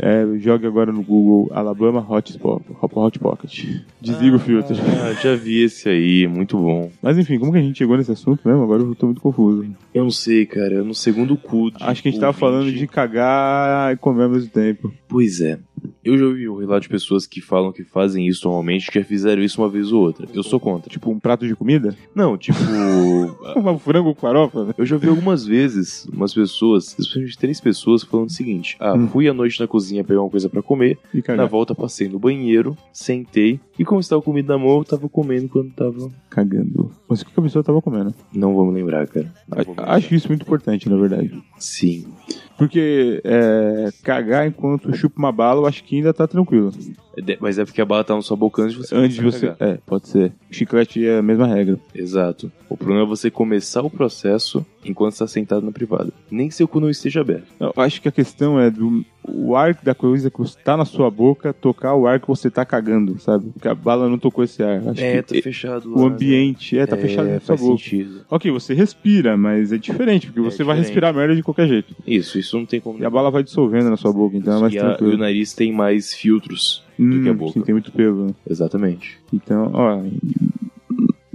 [SPEAKER 3] é, jogue agora no Google Alabama Hot, Po- Hot Pocket. Desliga o filtro.
[SPEAKER 2] Ah, já vi esse aí, muito bom.
[SPEAKER 3] Mas enfim, como que a gente chegou nesse assunto mesmo? Agora eu tô muito confuso.
[SPEAKER 2] Eu não sei, cara, eu no segundo cu. de
[SPEAKER 3] Acho que a gente tava
[SPEAKER 2] ouvinte.
[SPEAKER 3] falando de cagar e comer ao mesmo tempo.
[SPEAKER 2] Pois é. Eu já ouvi o relato de pessoas que falam que fazem isso normalmente, que já fizeram isso uma vez ou outra. Eu sou contra.
[SPEAKER 3] Tipo, um prato de comida?
[SPEAKER 2] Não, tipo.
[SPEAKER 3] [LAUGHS] Um frango com farofa, né?
[SPEAKER 2] Eu já vi algumas vezes umas pessoas, especialmente três pessoas, falando o seguinte: Ah,
[SPEAKER 3] Hum.
[SPEAKER 2] fui à noite na cozinha pegar uma coisa pra comer,
[SPEAKER 3] E
[SPEAKER 2] na
[SPEAKER 3] cagar.
[SPEAKER 2] volta passei no banheiro, sentei, e como estava comida na mão, eu tava comendo quando tava.
[SPEAKER 3] Cagando. Mas o que que a pessoa tava comendo?
[SPEAKER 2] Não vamos lembrar, cara. Não vou
[SPEAKER 3] A- Acho isso muito importante, na verdade.
[SPEAKER 2] lembrar. Sim.
[SPEAKER 3] Porque é, cagar enquanto chupa uma bala, eu acho que ainda tá tranquilo.
[SPEAKER 2] É de- Mas é porque a bala tá na sua boca antes de você.
[SPEAKER 3] Antes de
[SPEAKER 2] começar a
[SPEAKER 3] você.
[SPEAKER 2] cagar.
[SPEAKER 3] É, pode ser. Chiclete é a mesma regra.
[SPEAKER 2] Exato. O problema é você começar o processo enquanto está sentado na privada. Nem que seu cu não esteja aberto.
[SPEAKER 3] Eu acho que a questão é do o ar da coisa que está na sua boca tocar o ar que você tá cagando, sabe? Porque a bala não tocou esse ar. Acho
[SPEAKER 2] É, tá
[SPEAKER 3] que
[SPEAKER 2] fechado lá.
[SPEAKER 3] o ambiente é, tá fechado na sua
[SPEAKER 2] né? faz
[SPEAKER 3] boca.
[SPEAKER 2] sentido.
[SPEAKER 3] Ok, você respira, mas é diferente, porque
[SPEAKER 2] É
[SPEAKER 3] você vai
[SPEAKER 2] diferente.
[SPEAKER 3] respirar merda de qualquer jeito.
[SPEAKER 2] Isso, isso não tem como...
[SPEAKER 3] E a bala vai dissolvendo na sua boca, então é mais
[SPEAKER 2] e, a- e o
[SPEAKER 3] tranquilo. Hum,
[SPEAKER 2] nariz tem mais filtros. do que é a boca.
[SPEAKER 3] Sim, tem muito pelo. né?
[SPEAKER 2] Exatamente.
[SPEAKER 3] Então, ó.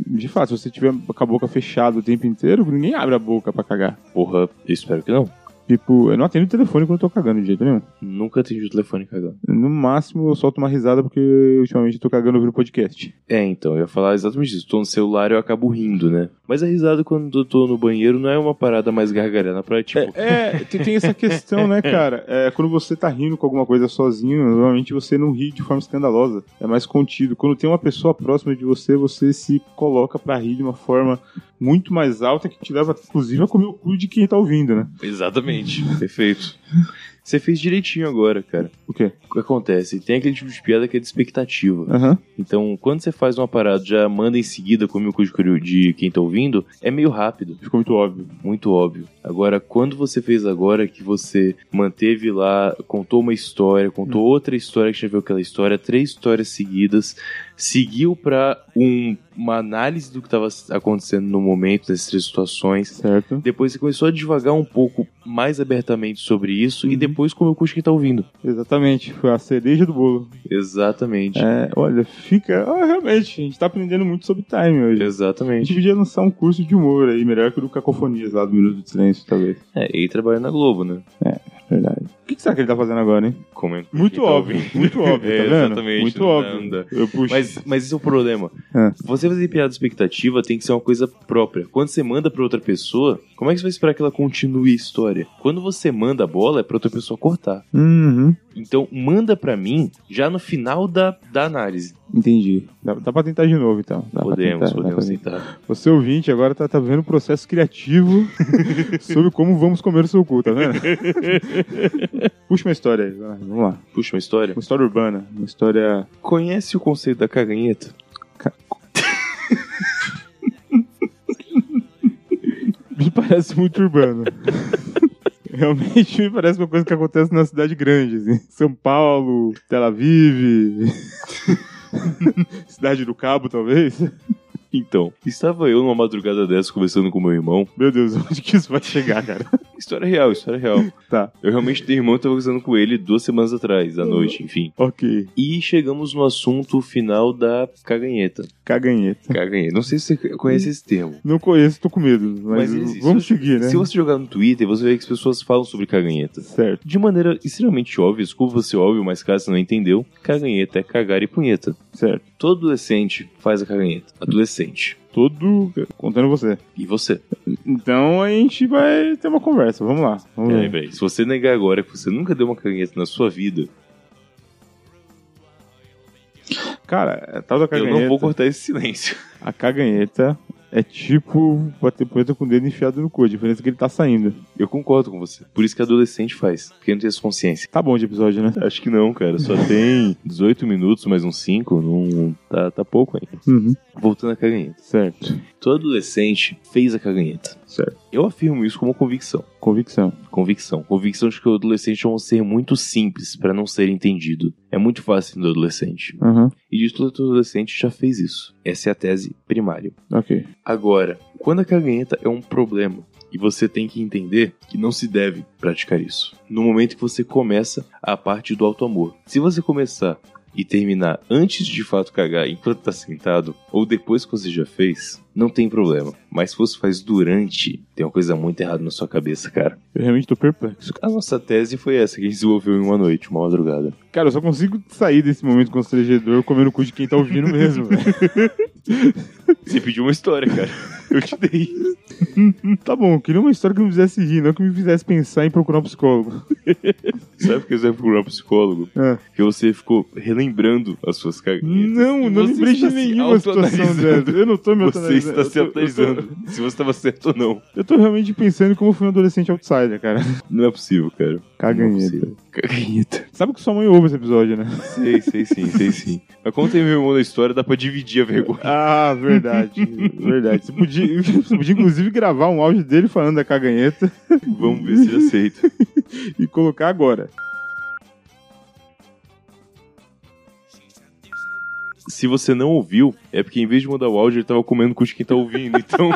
[SPEAKER 3] De fato, se você tiver com a boca fechada o tempo inteiro, ninguém abre a boca pra cagar.
[SPEAKER 2] Porra, eu espero que não.
[SPEAKER 3] Tipo, eu não atendo o telefone quando eu tô cagando de jeito nenhum.
[SPEAKER 2] Nunca atendi o telefone cagando.
[SPEAKER 3] No máximo, eu solto uma risada porque ultimamente eu tô cagando ouvindo podcast.
[SPEAKER 2] É, então, eu ia falar exatamente isso. Tô no celular eu acabo rindo, né? Mas a risada quando eu tô no banheiro não é uma parada mais gargalhada pra, tipo...
[SPEAKER 3] É, tem, tem essa questão, né, cara? É, quando você tá rindo com alguma coisa sozinho, normalmente você não ri de forma escandalosa. É mais contido. Quando tem uma pessoa próxima de você, você se coloca pra rir de uma forma muito mais alta que te leva, inclusive, a comer o cu de quem tá ouvindo, né?
[SPEAKER 2] Exatamente. Perfeito. Você fez direitinho agora, cara.
[SPEAKER 3] O quê?
[SPEAKER 2] O que acontece? Tem aquele tipo de piada que é de expectativa.
[SPEAKER 3] Aham.
[SPEAKER 2] Então, quando você faz uma parada já manda em seguida comigo com o curio de quem tá ouvindo, é meio rápido,
[SPEAKER 3] Ficou muito óbvio.
[SPEAKER 2] muito óbvio. Agora, quando você fez agora que você manteve lá, contou uma história, contou outra história que já viu aquela história, três histórias seguidas, seguiu pra um- uma análise do que tava acontecendo no momento, das três situações.
[SPEAKER 3] Certo?
[SPEAKER 2] Depois você começou a devagar um pouco mais abertamente sobre isso e
[SPEAKER 3] Uhum.
[SPEAKER 2] depois comeu com quem tá ouvindo.
[SPEAKER 3] Exatamente. Foi a cereja do bolo.
[SPEAKER 2] Exatamente.
[SPEAKER 3] É, olha, fica. Ah, realmente, a gente tá aprendendo muito sobre time hoje. A
[SPEAKER 2] Exatamente.
[SPEAKER 3] gente podia lançar um curso de humor aí, melhor que o do Cacofonias lá do Minuto de Silêncio, talvez.
[SPEAKER 2] É, ele trabalha na Globo, né?
[SPEAKER 3] Verdade. O que que será que ele tá fazendo agora, hein?
[SPEAKER 2] Comendo com
[SPEAKER 3] Muito
[SPEAKER 2] quem tá
[SPEAKER 3] óbvio,
[SPEAKER 2] ouvindo.
[SPEAKER 3] muito
[SPEAKER 2] [LAUGHS]
[SPEAKER 3] óbvio,
[SPEAKER 2] É,
[SPEAKER 3] tá vendo?
[SPEAKER 2] exatamente,
[SPEAKER 3] Muito
[SPEAKER 2] não
[SPEAKER 3] óbvio.
[SPEAKER 2] anda.
[SPEAKER 3] Eu puxo.
[SPEAKER 2] Mas, mas esse é o problema.
[SPEAKER 3] É.
[SPEAKER 2] Você fazer piada de expectativa tem que ser uma coisa própria. Quando você manda pra outra pessoa, como é que você vai esperar que ela continue a história? Quando você manda a bola, é pra outra pessoa cortar.
[SPEAKER 3] Uhum,
[SPEAKER 2] Então, manda pra mim já no final da, da análise.
[SPEAKER 3] entendi. Dá, dá pra tentar de novo, então. Dá pra
[SPEAKER 2] podemos,
[SPEAKER 3] Tá, tentar, dá
[SPEAKER 2] podemos
[SPEAKER 3] pra tentar.
[SPEAKER 2] tentar.
[SPEAKER 3] Você ouvinte agora tá, tá vendo o processo criativo [LAUGHS] sobre como vamos comer o seu cu, tá
[SPEAKER 2] [LAUGHS]
[SPEAKER 3] vendo? Puxa uma história aí, vai lá, vamos lá.
[SPEAKER 2] Puxa uma história.
[SPEAKER 3] Uma história urbana, uma história...
[SPEAKER 2] Conhece o conceito da caganheta?
[SPEAKER 3] Me parece muito
[SPEAKER 2] [LAUGHS]
[SPEAKER 3] urbana. Realmente me parece uma coisa que acontece na cidade grande, assim. São Paulo, Tel
[SPEAKER 2] [LAUGHS]
[SPEAKER 3] Aviv, [LAUGHS] Cidade do Cabo, talvez.
[SPEAKER 2] Então, estava eu numa madrugada dessa conversando com meu irmão.
[SPEAKER 3] Meu Deus, [LAUGHS] onde que isso vai chegar,
[SPEAKER 2] [LAUGHS]
[SPEAKER 3] cara?
[SPEAKER 2] História real, história real.
[SPEAKER 3] Tá.
[SPEAKER 2] Eu realmente tenho irmão, eu tava conversando com ele duas semanas atrás,
[SPEAKER 3] Uhum.
[SPEAKER 2] à noite, enfim.
[SPEAKER 3] Ok,
[SPEAKER 2] E chegamos no assunto final da caganheta.
[SPEAKER 3] caganheta.
[SPEAKER 2] Caganheta. Não sei se você conhece esse termo.
[SPEAKER 3] Não conheço, tô com medo, mas,
[SPEAKER 2] Mas existe.
[SPEAKER 3] vamos seguir, né?
[SPEAKER 2] Se você jogar no Twitter, você vê que as pessoas falam sobre caganheta.
[SPEAKER 3] Certo.
[SPEAKER 2] De maneira extremamente óbvia, desculpa você óbvio, mas caso você não entendeu, caganheta é cagar e punheta.
[SPEAKER 3] Certo.
[SPEAKER 2] Todo adolescente faz a caganheta. Adolescente.
[SPEAKER 3] Todo contando você.
[SPEAKER 2] E você?
[SPEAKER 3] Então a gente vai ter uma conversa, vamos lá. Vamos
[SPEAKER 2] Peraí,
[SPEAKER 3] lá.
[SPEAKER 2] peraí. Se você negar agora que você nunca deu uma caganheta na sua vida,
[SPEAKER 3] Cara, a tal da
[SPEAKER 2] eu
[SPEAKER 3] caganheta.
[SPEAKER 2] não vou cortar esse silêncio.
[SPEAKER 3] A caganheta é tipo bater punheta com o dedo enfiado no cu, a diferença é que ele tá saindo.
[SPEAKER 2] Eu concordo com você. Por isso que adolescente faz, porque não tem essa consciência.
[SPEAKER 3] Tá bom de episódio, né?
[SPEAKER 2] Acho que não, cara. Só tem 18 minutos, mais uns 5. Não... Tá, tá pouco ainda.
[SPEAKER 3] Uhum.
[SPEAKER 2] Voltando à caganheta.
[SPEAKER 3] Certo.
[SPEAKER 2] Todo adolescente fez a caganheta.
[SPEAKER 3] Certo.
[SPEAKER 2] Eu afirmo isso como convicção.
[SPEAKER 3] Convicção.
[SPEAKER 2] Convicção. Convicção de que o adolescente é um ser muito simples pra não ser entendido. É muito fácil do adolescente.
[SPEAKER 3] Aham.
[SPEAKER 2] E de todo todo adolescente já fez isso. Essa é a tese primária.
[SPEAKER 3] Ok.
[SPEAKER 2] Agora, quando a caganheta é um problema e você tem que entender que não se deve praticar isso. No momento que você começa a parte do auto-amor. Se você começar e terminar antes de de fato cagar enquanto tá sentado ou depois que você já fez, não tem problema. Mas se você faz durante, tem uma coisa muito errada na sua cabeça, cara.
[SPEAKER 3] Eu realmente tô perplexo.
[SPEAKER 2] A nossa tese foi essa que a gente desenvolveu em uma noite, uma madrugada.
[SPEAKER 3] Cara, eu só consigo sair desse momento constrangedor comendo o cu de quem tá ouvindo mesmo, velho.
[SPEAKER 2] Você pediu uma história, cara. [LAUGHS] Eu te dei.
[SPEAKER 3] Tá bom, eu queria uma história que me fizesse rir, não que me fizesse pensar em procurar um psicólogo.
[SPEAKER 2] Sabe por que você vai procurar um psicólogo?
[SPEAKER 3] Ah.
[SPEAKER 2] Porque você ficou relembrando as suas caguinhas.
[SPEAKER 3] Não, não
[SPEAKER 2] Você
[SPEAKER 3] lembrei de
[SPEAKER 2] está se
[SPEAKER 3] nenhuma situação
[SPEAKER 2] autoanalisando.
[SPEAKER 3] dessa. Eu não
[SPEAKER 2] [LAUGHS]
[SPEAKER 3] tô me
[SPEAKER 2] Você
[SPEAKER 3] autoanalisando.
[SPEAKER 2] está se
[SPEAKER 3] Eu tô- eu tô-
[SPEAKER 2] atualizando. Se você estava certo ou não.
[SPEAKER 3] Eu tô realmente pensando em como fui um adolescente outsider, cara.
[SPEAKER 2] Não é possível, cara. Não é
[SPEAKER 3] Caganheta.
[SPEAKER 2] possível. Caganheta.
[SPEAKER 3] Sabe que sua mãe ouve esse episódio, né?
[SPEAKER 2] Sei, sei sim, sei sim. Mas como tem meu irmão na história, dá pra dividir a vergonha.
[SPEAKER 3] Ah, verdade. [LAUGHS] verdade. Você podia, você podia, inclusive, gravar um áudio dele falando da caganheta
[SPEAKER 2] Vamos ver se ele aceita.
[SPEAKER 3] e colocar agora.
[SPEAKER 2] Se você não ouviu, é porque em vez de mandar o áudio, ele tava comendo cu de quem tá ouvindo. Então,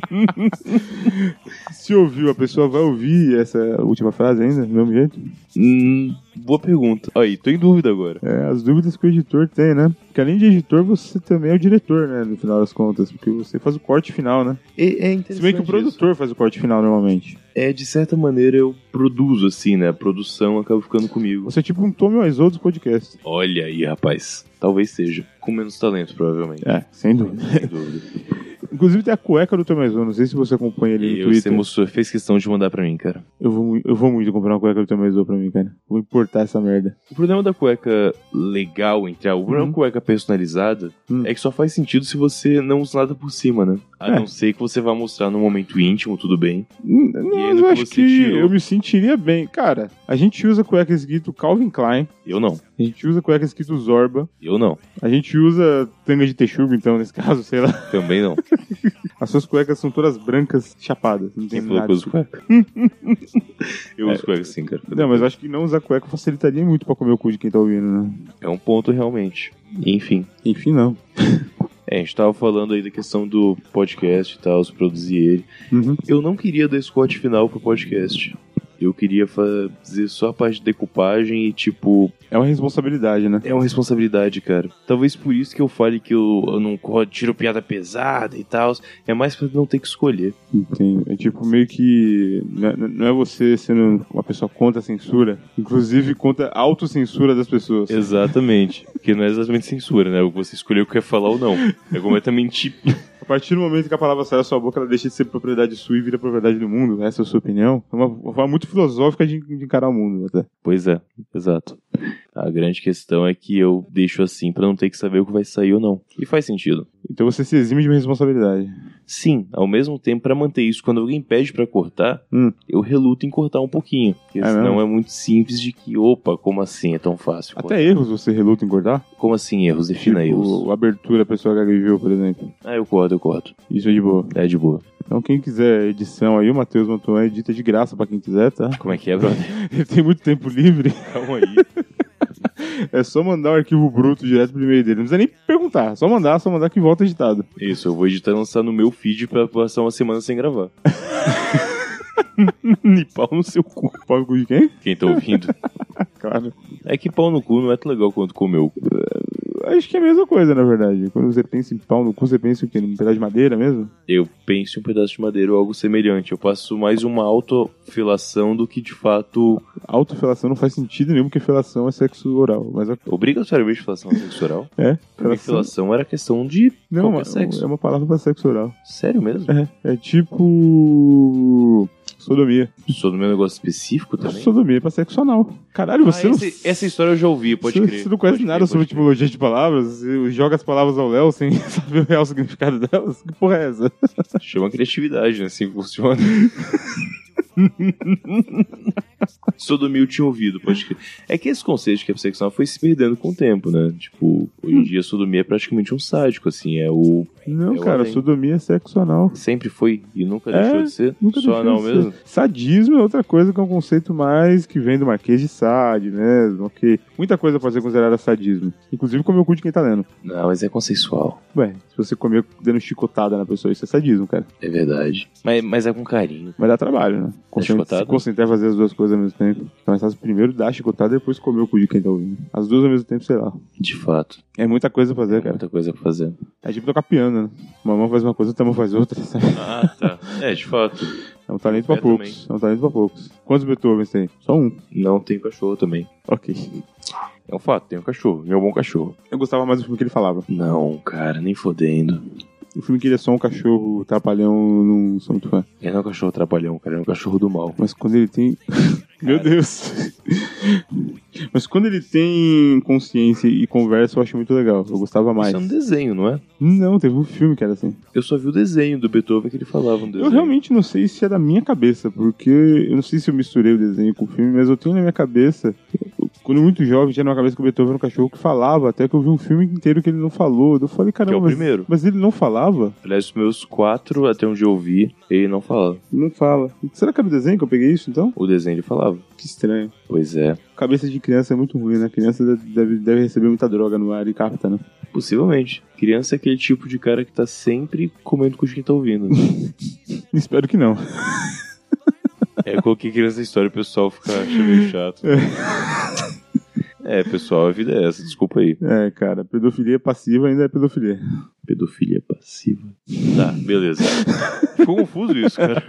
[SPEAKER 2] [LAUGHS]
[SPEAKER 3] Se ouviu, a pessoa vai ouvir essa última frase ainda, do mesmo jeito?
[SPEAKER 2] hum, boa pergunta. Aí, tô em dúvida agora.
[SPEAKER 3] É, as dúvidas que o editor tem, né? Porque além de editor, você também é o diretor, né? No final das contas, porque você faz o corte final, né?
[SPEAKER 2] É, interessante.
[SPEAKER 3] Se bem que o produtor faz o corte final normalmente.
[SPEAKER 2] É, de certa maneira, eu produzo assim, né? A produção acaba ficando comigo.
[SPEAKER 3] Você é tipo um Tommy Wiseau dos podcasts.
[SPEAKER 2] Olha aí, rapaz. Talvez seja. Com menos talento, provavelmente.
[SPEAKER 3] É, sem dúvida.
[SPEAKER 2] Sem dúvida.
[SPEAKER 3] Inclusive tem a cueca do Tommy Wiseau, não sei se você acompanha ele no
[SPEAKER 2] E você
[SPEAKER 3] Twitter.
[SPEAKER 2] mostrou, fez questão de mandar pra mim, cara.
[SPEAKER 3] Eu vou, mui- eu vou muito comprar uma cueca do Tommy Wiseau pra mim, cara. Vou importar essa merda.
[SPEAKER 2] O problema da cueca legal, entre a o problema
[SPEAKER 3] Uhum.
[SPEAKER 2] da cueca personalizada
[SPEAKER 3] Hum.
[SPEAKER 2] é que só faz sentido se você não usa nada por cima, né? A
[SPEAKER 3] É.
[SPEAKER 2] não ser que você vá mostrar num momento íntimo, tudo bem.
[SPEAKER 3] Hum,
[SPEAKER 2] E
[SPEAKER 3] Não,
[SPEAKER 2] aí, no
[SPEAKER 3] eu
[SPEAKER 2] que
[SPEAKER 3] acho
[SPEAKER 2] você
[SPEAKER 3] que
[SPEAKER 2] tirou?
[SPEAKER 3] eu me sentiria bem. Cara, a gente usa cueca escrito Calvin Klein,
[SPEAKER 2] Eu não,
[SPEAKER 3] a gente usa cueca escrito Zorba,
[SPEAKER 2] eu não,
[SPEAKER 3] a gente usa tanga de texugo, então, nesse [LAUGHS] caso, sei lá. [LAUGHS]
[SPEAKER 2] também não.
[SPEAKER 3] As suas cuecas são todas brancas, chapadas. Não tem
[SPEAKER 2] Quem falou
[SPEAKER 3] nada.
[SPEAKER 2] que eu
[SPEAKER 3] [LAUGHS]
[SPEAKER 2] uso cueca? eu uso cueca sim, cara.
[SPEAKER 3] Não, mas eu acho que não usar cueca facilitaria muito pra comer o cu de quem tá ouvindo, né?
[SPEAKER 2] É um ponto realmente. Enfim.
[SPEAKER 3] Enfim, não.
[SPEAKER 2] É, a gente tava falando aí da questão do podcast e tal, se produzir ele.
[SPEAKER 3] Uhum.
[SPEAKER 2] Eu não queria dar esse corte final pro podcast. Eu queria fazer só a parte de decupagem e, tipo,
[SPEAKER 3] É uma responsabilidade, né?
[SPEAKER 2] É uma responsabilidade, cara. Talvez por isso que eu fale que eu, eu não co- tiro piada pesada e tal. É mais pra não ter que escolher.
[SPEAKER 3] Entendo. É tipo meio que. Não é, não é você sendo uma pessoa contra a censura, inclusive contra a autocensura das pessoas.
[SPEAKER 2] Exatamente. Porque não é exatamente censura, né? Você escolheu o que quer falar ou não. É completamente.
[SPEAKER 3] A partir do momento que a palavra sai da sua boca, ela deixa de ser propriedade sua e vira propriedade do mundo. Essa é a sua opinião. É uma, uma forma muito filosófica de, de encarar o mundo, até.
[SPEAKER 2] pois é, exato. A grande questão é que eu deixo assim pra não ter que saber o que vai sair ou não. E faz sentido.
[SPEAKER 3] Então você se exime de uma responsabilidade.
[SPEAKER 2] Sim, ao mesmo tempo, pra manter isso, quando alguém pede pra cortar,
[SPEAKER 3] Hum.
[SPEAKER 2] eu reluto em cortar um pouquinho. Porque
[SPEAKER 3] É
[SPEAKER 2] senão
[SPEAKER 3] mesmo?
[SPEAKER 2] é muito simples de que, opa, como assim é tão fácil?
[SPEAKER 3] Até erros você reluta em cortar?
[SPEAKER 2] Como assim erros? Defina erros.
[SPEAKER 3] Tipo, abertura, a pessoa gaguejou, por exemplo.
[SPEAKER 2] Ah, eu corto, eu corto.
[SPEAKER 3] Isso é de boa.
[SPEAKER 2] É de boa.
[SPEAKER 3] Então quem quiser edição aí, o Matheus Mantuan edita de graça pra quem quiser, tá? [LAUGHS]
[SPEAKER 2] Como é que é, brother?
[SPEAKER 3] Ele tem muito tempo livre.
[SPEAKER 2] [LAUGHS] Calma aí.
[SPEAKER 3] É só mandar o arquivo bruto direto pro e-mail dele. Não precisa nem perguntar. É Só mandar, só mandar que volta editado. [LAUGHS]
[SPEAKER 2] Isso, eu vou editar e lançar no meu feed pra passar uma semana sem gravar. e pau no seu cu.
[SPEAKER 3] Pau no cu de quem?
[SPEAKER 2] Quem tá ouvindo?
[SPEAKER 3] Claro.
[SPEAKER 2] É que pau no cu não é tão legal quanto comeu.
[SPEAKER 3] Acho que é a mesma coisa, na verdade. Quando você pensa em pau no cu, você pensa em quê? Num pedaço de madeira mesmo?
[SPEAKER 2] Eu penso em um pedaço de madeira ou algo semelhante. Eu passo mais uma autofilação do que de fato.
[SPEAKER 3] Autofelação não faz sentido nenhum, porque felação é sexo oral. Mas a
[SPEAKER 2] Obrigatoriamente filação sexual.
[SPEAKER 3] É?
[SPEAKER 2] [LAUGHS] Pra mim,
[SPEAKER 3] Felação?
[SPEAKER 2] filação era questão de.
[SPEAKER 3] Não,
[SPEAKER 2] qualquer
[SPEAKER 3] é-
[SPEAKER 2] sexo.
[SPEAKER 3] é uma palavra pra sexo oral.
[SPEAKER 2] Sério mesmo?
[SPEAKER 3] É, é tipo. Sodomia.
[SPEAKER 2] Sou do meu negócio específico também?
[SPEAKER 3] Sodomia é pra sexo anal. Caralho,
[SPEAKER 2] Ah,
[SPEAKER 3] você não.
[SPEAKER 2] esse- Essa história eu já ouvi, pode
[SPEAKER 3] você,
[SPEAKER 2] crer.
[SPEAKER 3] você não conhece
[SPEAKER 2] Pode
[SPEAKER 3] nada
[SPEAKER 2] crer,
[SPEAKER 3] sobre
[SPEAKER 2] pode crer.
[SPEAKER 3] etimologia de palavras? Você joga as palavras ao Léo sem [LAUGHS] saber o real significado delas? Que porra é essa?
[SPEAKER 2] Chama criatividade, né? Assim que [LAUGHS] funciona. Sodomia eu tinha ouvido, pode crer. É que esse conceito de capsexual foi se perdendo com o tempo, né? Tipo, hoje em dia sodomia é praticamente um sádico, assim. É o.
[SPEAKER 3] Não,
[SPEAKER 2] Eu
[SPEAKER 3] cara,
[SPEAKER 2] odeio.
[SPEAKER 3] sodomia é sexo anal.
[SPEAKER 2] Sempre foi e nunca
[SPEAKER 3] É,
[SPEAKER 2] deixou de ser.
[SPEAKER 3] Nunca
[SPEAKER 2] Só
[SPEAKER 3] deixou
[SPEAKER 2] não
[SPEAKER 3] de ser.
[SPEAKER 2] mesmo.
[SPEAKER 3] Sadismo é outra coisa que é um conceito mais que vem do Marquês de Sade mesmo, ok? Muita coisa pode ser considerada sadismo. Inclusive comer o cu de quem tá lendo.
[SPEAKER 2] Não, mas é consensual.
[SPEAKER 3] Ué, se você comer dando chicotada na pessoa, isso é sadismo, cara.
[SPEAKER 2] É verdade. Mas, mas é com carinho.
[SPEAKER 3] Mas dá trabalho, né?
[SPEAKER 2] Com
[SPEAKER 3] Se concentrar e fazer as duas coisas ao mesmo tempo. Começar primeiro dar a chicotada e depois comer o cu de quem tá ouvindo. As duas ao mesmo tempo, sei lá.
[SPEAKER 2] De fato.
[SPEAKER 3] É muita coisa pra fazer,
[SPEAKER 2] Tem
[SPEAKER 3] cara.
[SPEAKER 2] muita coisa pra fazer.
[SPEAKER 3] É tipo tocar piano, né? Uma mão faz uma coisa, outra mão faz outra, sabe?
[SPEAKER 2] Ah, tá. É, de fato.
[SPEAKER 3] É um talento pra
[SPEAKER 2] É,
[SPEAKER 3] poucos. É um talento pra poucos. Quantos Beethovens tem? Só um.
[SPEAKER 2] Não tem cachorro também.
[SPEAKER 3] Ok.
[SPEAKER 2] É um fato, tem um cachorro. E é um bom cachorro.
[SPEAKER 3] Eu gostava mais do filme que ele falava.
[SPEAKER 2] Não, cara, nem fodendo.
[SPEAKER 3] O filme que ele é só um cachorro trapalhão, eu não sou muito fã.
[SPEAKER 2] Ele não é um cachorro trapalhão, cara. Ele é um cachorro do mal.
[SPEAKER 3] Mas quando ele tem. [LAUGHS] Meu Deus! Mas quando ele tem consciência e conversa, eu acho muito legal. Eu gostava mais.
[SPEAKER 2] Isso é um desenho, não é?
[SPEAKER 3] Não, teve um filme que era assim.
[SPEAKER 2] Eu só vi o desenho do Beethoven que ele falava no desenho.
[SPEAKER 3] Eu realmente não sei se é da minha cabeça, porque eu não sei se eu misturei o desenho com o filme, mas eu tenho na minha cabeça. Quando muito jovem, tinha na minha cabeça que o Beethoven era um cachorro que falava, até que eu vi um filme inteiro que ele não falou. Eu falei,
[SPEAKER 2] Que é
[SPEAKER 3] caramba,
[SPEAKER 2] o
[SPEAKER 3] mas-
[SPEAKER 2] primeiro.
[SPEAKER 3] mas ele não falava?
[SPEAKER 2] Aliás, os meus quatro, até onde eu vi, ele não falava.
[SPEAKER 3] Não fala. Será que era o desenho que eu peguei isso então?
[SPEAKER 2] O desenho ele falava.
[SPEAKER 3] Que estranho.
[SPEAKER 2] Pois é.
[SPEAKER 3] Cabeça de criança é muito ruim, né? Criança deve, deve receber muita droga no ar e capta, né? [LAUGHS]
[SPEAKER 2] Possivelmente. Criança é aquele tipo de cara que tá sempre comendo com quem tá ouvindo.
[SPEAKER 3] Espero que não.
[SPEAKER 2] [LAUGHS] é, eu coloquei criança na história e o pessoal fica achando meio chato. [LAUGHS] é, pessoal, a vida é essa, desculpa aí.
[SPEAKER 3] É, cara, pedofilia passiva ainda é pedofilia.
[SPEAKER 2] Pedofilia passiva. Tá, [LAUGHS] beleza. Ficou confuso isso, cara.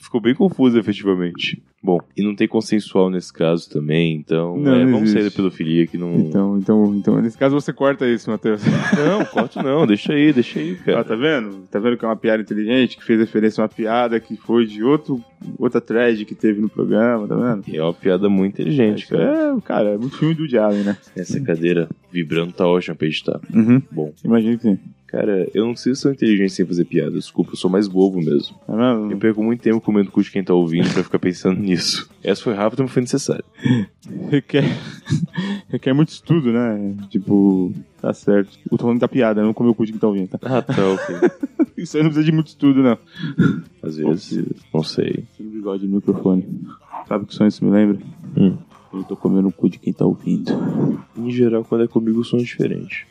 [SPEAKER 2] Ficou bem confuso, efetivamente. Bom, e não tem consensual nesse caso também, então
[SPEAKER 3] Não,
[SPEAKER 2] é,
[SPEAKER 3] não
[SPEAKER 2] vamos sair da
[SPEAKER 3] existe.
[SPEAKER 2] pedofilia que não.
[SPEAKER 3] Então, então, então, nesse caso você corta isso, Matheus.
[SPEAKER 2] Não, corto não, deixa aí, deixa aí,
[SPEAKER 3] Ó,
[SPEAKER 2] cara.
[SPEAKER 3] tá vendo? Tá vendo que é uma piada inteligente, que fez referência a uma piada que foi de outro, outra thread que teve no programa, tá vendo?
[SPEAKER 2] É uma piada muito inteligente, cara.
[SPEAKER 3] É, cara, é muito filme do diabo, né?
[SPEAKER 2] Essa cadeira vibrando tá ótima pra editar.
[SPEAKER 3] Uhum.
[SPEAKER 2] Bom,
[SPEAKER 3] Imagina que sim.
[SPEAKER 2] cara, eu não sei se sou inteligente sem fazer piada, desculpa, eu sou mais bobo mesmo.
[SPEAKER 3] Tá
[SPEAKER 2] Eu
[SPEAKER 3] vendo?
[SPEAKER 2] perco muito tempo comendo cu de quem tá ouvindo pra ficar pensando nisso. Essa foi rápida, mas foi necessária.
[SPEAKER 3] Requer, requer [LAUGHS] muito estudo, né? Tipo, tá certo. Eu tô falando da piada, não comeu o cu de que tá ouvindo, tá?
[SPEAKER 2] Ah, tá, ok.
[SPEAKER 3] Isso aí não precisa de muito estudo, não.
[SPEAKER 2] Às vezes, não sei.
[SPEAKER 3] Tira o bigode no microfone. Sabe que som isso me lembra?
[SPEAKER 2] Hum.
[SPEAKER 3] Eu tô comendo o cu de quem tá ouvindo.
[SPEAKER 2] Em geral, quando é comigo, o som é diferente.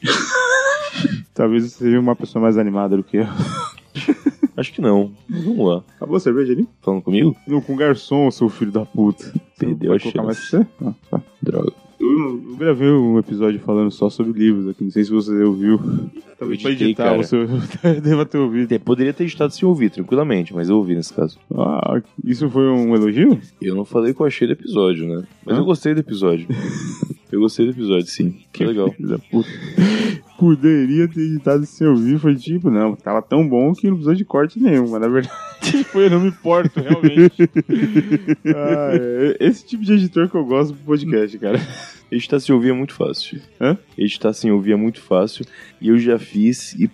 [SPEAKER 3] Talvez eu seja uma pessoa mais animada do que eu.
[SPEAKER 2] Acho que não. Mas vamos lá.
[SPEAKER 3] Acabou a cerveja ali?
[SPEAKER 2] Falando comigo?
[SPEAKER 3] Não, com garçom, seu filho da puta.
[SPEAKER 2] Perdeu
[SPEAKER 3] Você não pode
[SPEAKER 2] a
[SPEAKER 3] colocar
[SPEAKER 2] chance.
[SPEAKER 3] mais pra você? Ah, tá.
[SPEAKER 2] Droga.
[SPEAKER 3] Eu, eu gravei um episódio falando só sobre livros aqui, não sei se você ouviu. Talvez pra
[SPEAKER 2] editei,
[SPEAKER 3] editar,
[SPEAKER 2] cara.
[SPEAKER 3] você [LAUGHS] deva ter ouvido.
[SPEAKER 2] Até Poderia ter editado sem ouvir, tranquilamente, mas eu ouvi nesse caso.
[SPEAKER 3] Ah, isso foi um elogio?
[SPEAKER 2] Eu não falei o que eu achei do episódio, né? Mas
[SPEAKER 3] Hã?
[SPEAKER 2] eu gostei do [LAUGHS] episódio. eu gostei do episódio, sim. Que legal.
[SPEAKER 3] Filho da puta. [LAUGHS] Poderia ter editado sem ouvir, foi tipo, não, tava tão bom que não precisou de corte nenhum, mas na verdade [LAUGHS] foi, eu não me importo,
[SPEAKER 2] [LAUGHS]
[SPEAKER 3] realmente. Ah, é, esse tipo de editor que eu gosto pro podcast, cara.
[SPEAKER 2] Editar sem ouvir é muito fácil.
[SPEAKER 3] Hã?
[SPEAKER 2] Editar sem ouvir é muito fácil. E eu já fiz. E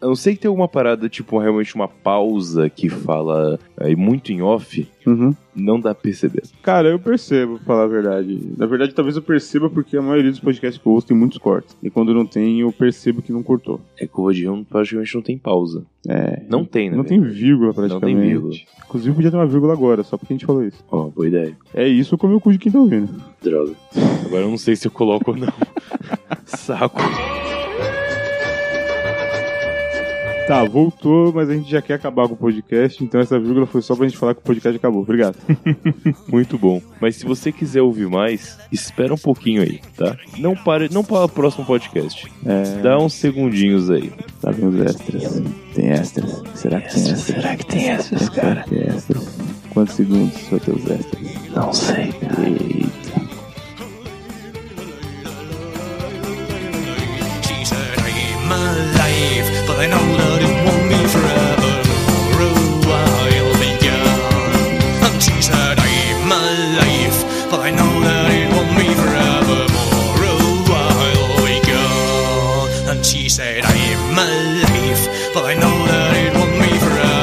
[SPEAKER 2] a não sei que tem alguma parada, tipo, realmente uma pausa que fala aí muito em off, não dá pra perceber.
[SPEAKER 3] Cara, eu percebo, pra falar a verdade. Na verdade, talvez eu perceba porque a maioria dos podcasts que eu ouço tem muitos cortes. E quando não tem, eu percebo que não cortou.
[SPEAKER 2] É curva de Riemann praticamente não tem pausa.
[SPEAKER 3] É.
[SPEAKER 2] Não tem, né?
[SPEAKER 3] Não tem vírgula
[SPEAKER 2] Não
[SPEAKER 3] praticamente.
[SPEAKER 2] tem vírgula.
[SPEAKER 3] Inclusive podia ter uma vírgula agora, só porque a gente falou isso.
[SPEAKER 2] Ó, boa ideia.
[SPEAKER 3] É isso, eu comi o cu de quem tá ouvindo.
[SPEAKER 2] Droga. Agora eu não sei se eu
[SPEAKER 3] [LAUGHS]
[SPEAKER 2] coloco ou não. Saco.
[SPEAKER 3] Tá, voltou, mas a gente já quer acabar com o podcast, então essa vírgula foi só pra gente falar que o podcast acabou.
[SPEAKER 2] [LAUGHS]
[SPEAKER 3] Obrigado.
[SPEAKER 2] Muito bom. Mas se você quiser ouvir mais, espera um pouquinho aí, tá? Não pare, não para o próximo podcast.
[SPEAKER 3] É.
[SPEAKER 2] Dá uns segundinhos aí.
[SPEAKER 3] Tá vendo os extras? Tem extras? Será que tem extras? Será que tem extras, cara? Tem extras. Quantos segundos vai ter os extras? Não sei, cara.
[SPEAKER 4] She said, I'm alive, but I know that it won't be forever. For a while be gone. And she said, I'm alive, but I know that it won't be forever. For a while be gone. And she said, I'm alive, but I know that it won't be forever.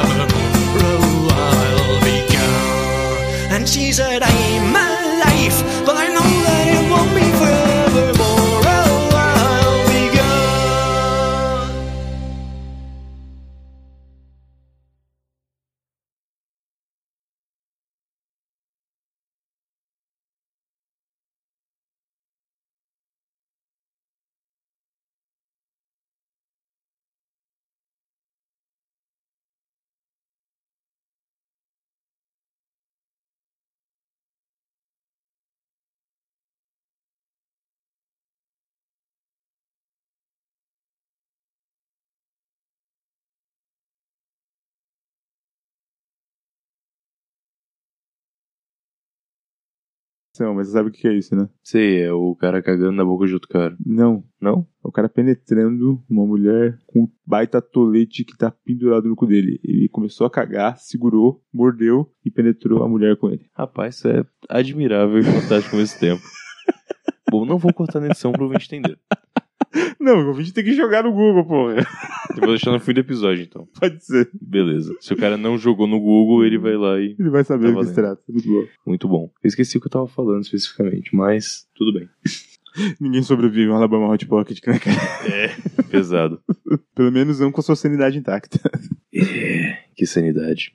[SPEAKER 4] For a while be gone. And she said, I'm alive, but I know that it won't be forever. Oh, For a while be gone.
[SPEAKER 3] São, mas você sabe o que é isso, né?
[SPEAKER 2] Sei, é o cara cagando na boca de outro cara.
[SPEAKER 3] Não.
[SPEAKER 2] Não?
[SPEAKER 3] É o cara penetrando uma mulher com um baita tolete que tá pendurado no cu dele. Ele começou a cagar, segurou, mordeu e penetrou a mulher com ele.
[SPEAKER 2] Rapaz, isso é admirável e fantástico ao mesmo tempo. Bom, não vou cortar na edição pra ouvinte entender.
[SPEAKER 3] Não, o vídeo tem que jogar no Google, porra.
[SPEAKER 2] Eu vou deixar no fim do episódio, então.
[SPEAKER 3] [LAUGHS] Pode ser.
[SPEAKER 2] Beleza. Se o cara não jogou no Google, ele vai lá e.
[SPEAKER 3] Ele vai saber
[SPEAKER 2] Tá
[SPEAKER 3] do que se trata. Muito bom.
[SPEAKER 2] Muito bom. Eu esqueci o que eu tava falando especificamente, mas tudo bem.
[SPEAKER 3] Ninguém sobrevive a um Alabama Hot Pocket, né, cara?
[SPEAKER 2] Pesado.
[SPEAKER 3] Pelo menos não com a sua sanidade intacta.
[SPEAKER 2] Que sanidade.